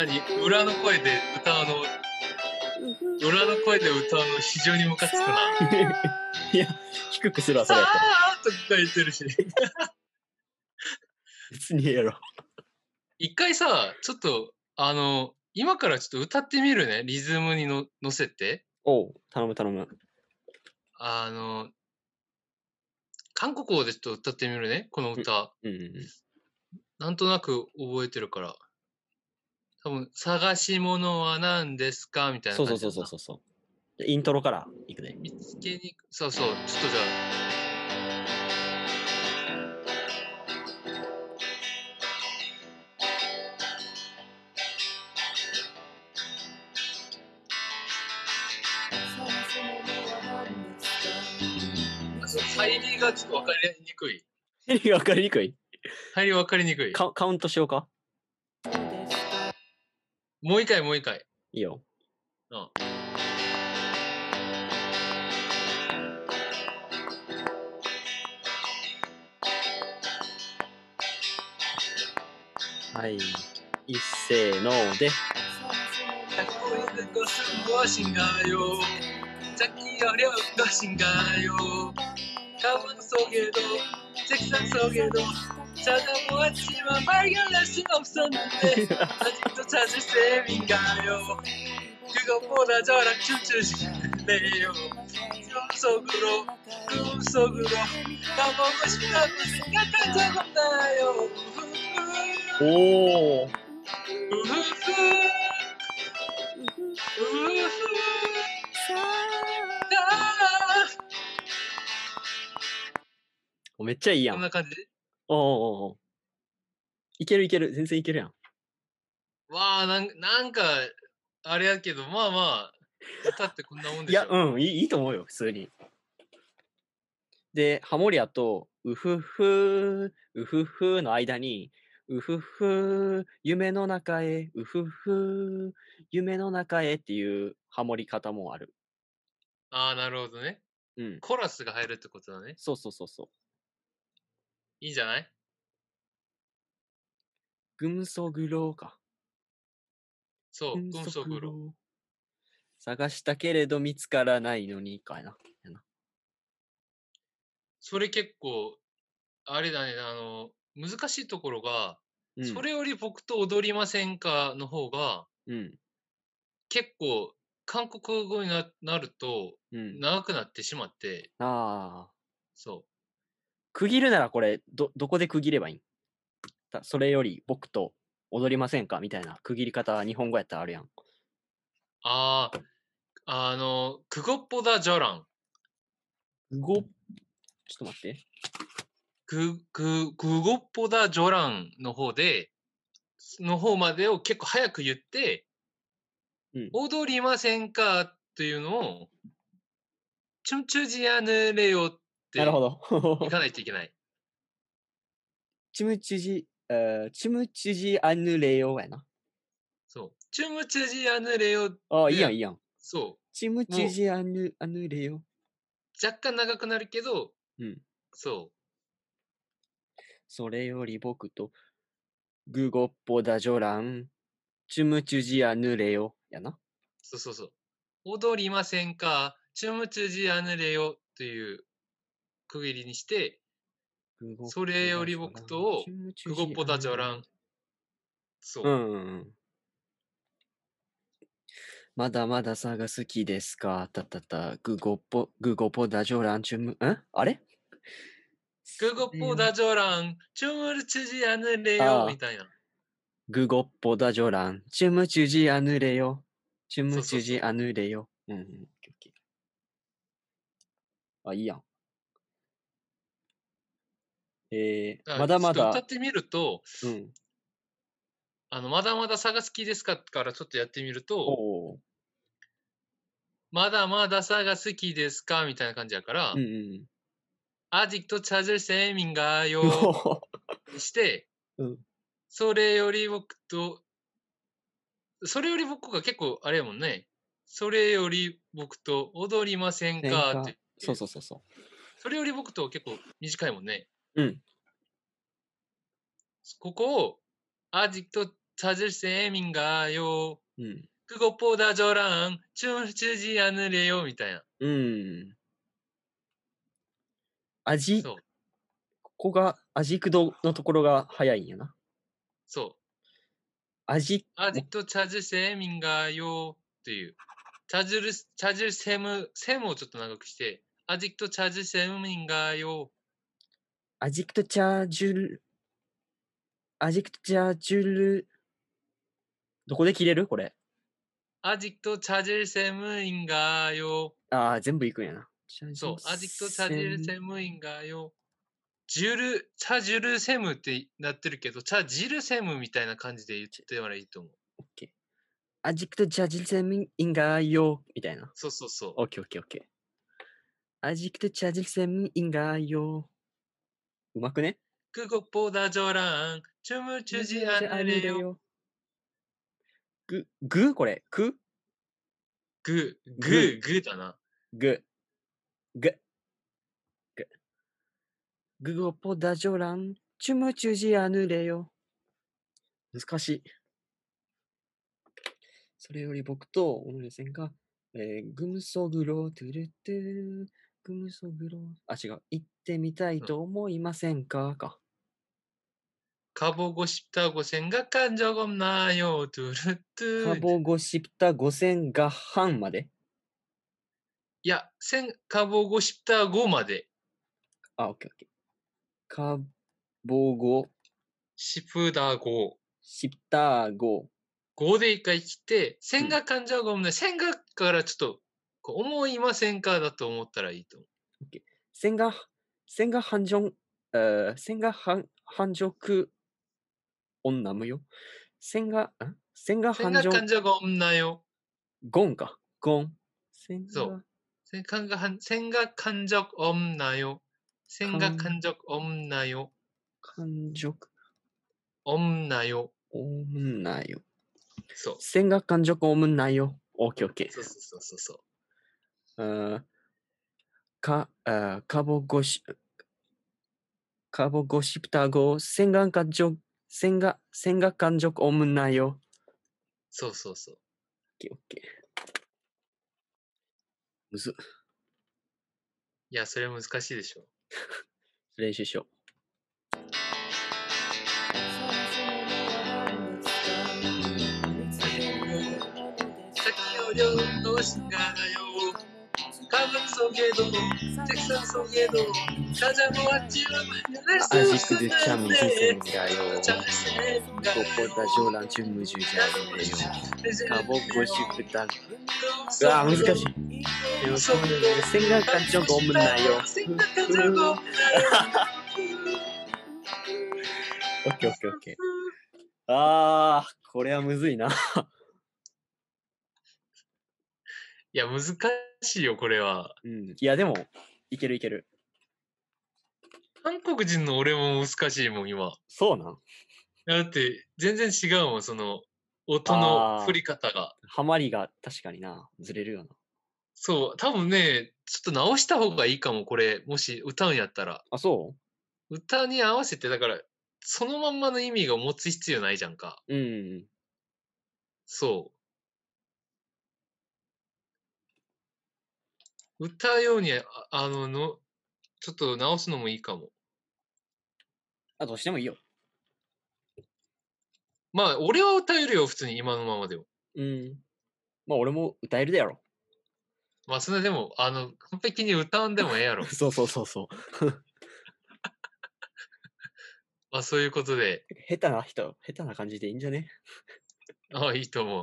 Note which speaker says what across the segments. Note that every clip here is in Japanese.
Speaker 1: 何裏の声で歌うの裏の声で歌うの非常にムカつくな。
Speaker 2: いや、低くするわ、そ
Speaker 1: さ
Speaker 2: れやったら。
Speaker 1: あーとか言ってるし。
Speaker 2: 別にええやろ。
Speaker 1: 一回さ、ちょっと、あの、今からちょっと歌ってみるね。リズムにの乗せて。
Speaker 2: おう、頼む頼む。
Speaker 1: あの、韓国語でちょっと歌ってみるね。この歌。
Speaker 2: うんうんうん。
Speaker 1: なんとなく覚えてるから。多分、探し物は何ですかみたいな
Speaker 2: そ
Speaker 1: 感
Speaker 2: う
Speaker 1: じ
Speaker 2: そ
Speaker 1: だ
Speaker 2: う
Speaker 1: な。
Speaker 2: そうそうそうそう。イントロからいくね。
Speaker 1: 見つけにくそうそうちょっとじゃあその入りがちょっと分かりにくい
Speaker 2: 意味がわかりにくい
Speaker 1: 入り分かりにくい
Speaker 2: カカウントしようか
Speaker 1: もう一回もう一回
Speaker 2: いいよ。はい。いっせーので。
Speaker 1: 100년 것은 무엇인가요 찾기 어려운 것인가요 가방 속에도 책상 속에도 찾아보았지만 발견할 순 없었는데 아직도 찾을 셈인가요 그것보다 저랑 춤추실래요 꿈속으로 꿈속으로 가보고 싶다고 생각한 적 없나요 우후,
Speaker 2: おお。
Speaker 1: 우후, 우후, 아.
Speaker 2: めっちゃいいや
Speaker 1: こん
Speaker 2: ん。
Speaker 1: な感じ
Speaker 2: おおおうおう。いけるいける。全然いけるやん。
Speaker 1: わあなんなんかあれやけどまあまあ歌ってこんなもんで
Speaker 2: い
Speaker 1: しょ
Speaker 2: や、うん、いいいいと思うよ、普通に。で、ハモリアと、うふふ、うふふの間に、うふふ、夢の中へ、うふふ、夢の中へっていうハモり方もある。
Speaker 1: ああなるほどね
Speaker 2: うん。
Speaker 1: コラスが入るってことだね
Speaker 2: そうそうそうそう。
Speaker 1: いいんじゃない
Speaker 2: ぐんそぐろうか。
Speaker 1: そう
Speaker 2: 軍
Speaker 1: 軍
Speaker 2: 足
Speaker 1: 足郎
Speaker 2: 郎探したけれど見つからないのに、かな。
Speaker 1: それ結構あれだねあの難しいところが、
Speaker 2: うん、
Speaker 1: それより僕と踊りませんかの方が
Speaker 2: うん。
Speaker 1: 結構韓国語にななると
Speaker 2: うん。
Speaker 1: 長くなってしまって
Speaker 2: ああ。
Speaker 1: そう
Speaker 2: 区切るならこれどどこで区切ればいいんたそれより僕と踊りませんかみたいな区切り方は日本語やったらあるやん。
Speaker 1: あああのクゴッポダジャラン
Speaker 2: うごちょっと待って。
Speaker 1: グググゴッポダジョランの方で、の方までを結構早く言って、
Speaker 2: うん
Speaker 1: 踊りませんかっていうのを、チュンチュジアヌレヨって
Speaker 2: なるほ
Speaker 1: 行
Speaker 2: ど。
Speaker 1: かないといけない。
Speaker 2: チムチジ、えーチムチジアヌレヨやな。
Speaker 1: そう。チュムチュジアヌレヨ、
Speaker 2: ああ、いいやん、
Speaker 1: ね
Speaker 2: いいやん。
Speaker 1: そ
Speaker 2: チムチジアヌアヌレヨ。
Speaker 1: う。若干長くなるけど、
Speaker 2: うん
Speaker 1: そ
Speaker 2: それより僕とグゴッポダジョラン。チムチジアヌレヨやな。
Speaker 1: う。そうそうそう。踊りませんかチュムチュジアヌレヨという区切りにして、
Speaker 2: グゴッ
Speaker 1: それより
Speaker 2: ポダ
Speaker 1: 僕と
Speaker 2: ジョランチ
Speaker 1: ク
Speaker 2: ムチジア
Speaker 1: ゴッ
Speaker 2: ヌレヨ
Speaker 1: ポダジョラン。そう。
Speaker 2: うんうんうん。まだまだ探す気ですかたたた、グゴポ、グゴポダジョランチュム、んあれ
Speaker 1: グゴッポダジョラン、チュムルチジアヌレ
Speaker 2: ああ
Speaker 1: ヨみたいな。
Speaker 2: グゴッポダジョラン、チュムチュジアヌレヨ。チュ
Speaker 1: そう
Speaker 2: ム
Speaker 1: そ
Speaker 2: チ
Speaker 1: う
Speaker 2: ュジアヌレヨ。うんうん。オッケーオッケーあ、いいやん。えー、まだま
Speaker 1: ちょっと歌
Speaker 2: だ
Speaker 1: っ、てみると、
Speaker 2: うん。
Speaker 1: あの、まだまだ探す気ですかからちょっとやってみると、
Speaker 2: おー
Speaker 1: まだまだ探す気ですかみたいな感じやから、
Speaker 2: うんうん
Speaker 1: アジトチャジルセミンガー
Speaker 2: うん。
Speaker 1: よ
Speaker 2: おー
Speaker 1: にして、
Speaker 2: うん
Speaker 1: それより僕と、それより僕が結構あれやもんね。それより僕と踊りません
Speaker 2: なん
Speaker 1: かっ
Speaker 2: か
Speaker 1: て。
Speaker 2: そうそうそうそ
Speaker 1: それより僕と結構短いもんね。
Speaker 2: うん。
Speaker 1: ここを、アジト 찾을 셈인가요?
Speaker 2: 음.
Speaker 1: 그것보다 저랑 춤을 추지 않으래요みたいな。
Speaker 2: うん。味、
Speaker 1: そう
Speaker 2: ここが、味くどのところが早いんやな。
Speaker 1: そう。
Speaker 2: 味、
Speaker 1: 아직도 찾을 셈인가요? っていう。찾을, 찾을 셈을, 셈을 ちょっと長くして、 아직도 찾을 셈인가요?
Speaker 2: アジクトチャージュル、アジクトチャージュル、どこで切れるこれ。
Speaker 1: 아직도 찾을 셈인가요?
Speaker 2: ああ、全部いくんやな。チャージュ
Speaker 1: そう、 아직도
Speaker 2: ル
Speaker 1: 찾을
Speaker 2: セン
Speaker 1: 셈인가요? ジュル、チャジュルセムってなってるけど、チャジルセムみたいな感じで言ってもらえばいいと思う。
Speaker 2: オッケーアジクトチャージルセミンガーよ、みたいな。
Speaker 1: そうそうそう。
Speaker 2: オッケーオッケーオッケー。アジクトチャージルセミンガーよ。うまくね
Speaker 1: 그것보다 저랑 춤을 추지 않으래요.
Speaker 2: ぐ、ぐこれ。く
Speaker 1: 그, 그,
Speaker 2: 그.
Speaker 1: 그잖아.
Speaker 2: ぐ。ぐ。ぐ。ぐごぽだじょらん、ちゅむちゅじあぬれよ。難しい。それより僕と小野さんが、えー、ぐむそぐろ、トゥルトゥ、ぐむそぐろ。あ、違う。行ってみたいと思いませんかか。
Speaker 1: 가보고 싶다고 생각한 적 없나요? 두루뚜.
Speaker 2: カボゴシプタ5000が半まで。
Speaker 1: 야, 생, 가보고 싶다고 마대.
Speaker 2: あ、オッケーオッケー。カボゴ
Speaker 1: 싶다고.
Speaker 2: シプタゴ。
Speaker 1: 5대 1回来て、생각한 적 없나요? 생각 からちょっと、こう思いませんかだと思ったらいいと思う。
Speaker 2: 생각 생각 한정 어 생각 한 한조크 온 나무요 생각 어? 생각 한정
Speaker 1: 생각한 적 없나요?
Speaker 2: 곤가 곤 생각
Speaker 1: 소. 생각한, 생각한 적 없나요? 생각한 적 없나요?
Speaker 2: 한적
Speaker 1: 없나요?
Speaker 2: 없나요
Speaker 1: そう。
Speaker 2: 생각 한적 없나요 오케이 오케이
Speaker 1: そうそうそうそうそう。
Speaker 2: 어가 가보고 싶 가보고 싶다고 생각 한적 생각 생각 한적 없나요
Speaker 1: そうそうそう。
Speaker 2: 오케이 오케이 무슨
Speaker 1: いや、それ難しいでしょ。
Speaker 2: 練習しよう
Speaker 1: 자기 어려운 무엇인가요? 가방 속에도 책상 속에도 찾아보았지만
Speaker 2: 아직도 늦잠이 있으신가요?
Speaker 1: 그것보다
Speaker 2: 무엇보다 저랑 춤을 추지 않네요. 가보고 싶다. 아,
Speaker 1: 지
Speaker 2: 무지까지. 생각한 적 없나요?
Speaker 1: 생각한 적 없나요?
Speaker 2: 오케이, 오케이, 오케이. 아, 고래야 무즈이나.
Speaker 1: いや、難しいよ、これは。
Speaker 2: 음, 야, でも,いけるいける.
Speaker 1: 韓国人の俺も難しいもん、今。
Speaker 2: そうなん?
Speaker 1: だって、全然違うもん、その、音の振り方が。
Speaker 2: ハマりが確かにな、ずれるよな.
Speaker 1: そう、多分ね、ちょっと直した方がいいかも、これ、もし歌うんやったら。
Speaker 2: 아, そ
Speaker 1: 歌に合わせて、だから、そのまんまの意味が持つ必要ないじゃんか。
Speaker 2: う? 음.
Speaker 1: そう。歌うように、ああのの、ちょっと直すのもいいかも。
Speaker 2: 아, どうしてもいいよ.
Speaker 1: まあ、俺は歌えるよ、普通に今のままでも。
Speaker 2: 음. まあ、俺も歌えるだろ.。
Speaker 1: まあ、それでも、あの、完璧に歌うんでもええやろ
Speaker 2: そうそうそうそう.
Speaker 1: まあ、そういうことで、
Speaker 2: 下手な人、下手な感じでいいんじゃね?
Speaker 1: ああ、いいと思う。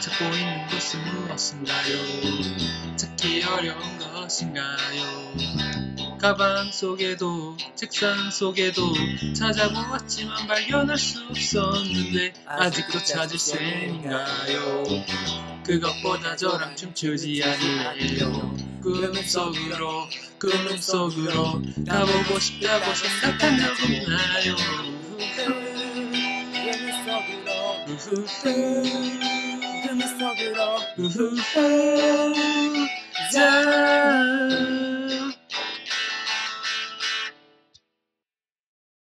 Speaker 1: 찾고 있는 것이 무엇인가요? 찾기 어려운 것인가요? 가방 속에도 책상 속에도 찾아보았지만 발견할 수 없었는데 아직도 그 찾을 셈인가요? 그것보다 저랑 춤추지 않을래요?
Speaker 3: 꿈을 속으로 꿈을 속으로 가보고 싶다고 생각한 적은 나요 우후후 우후후 자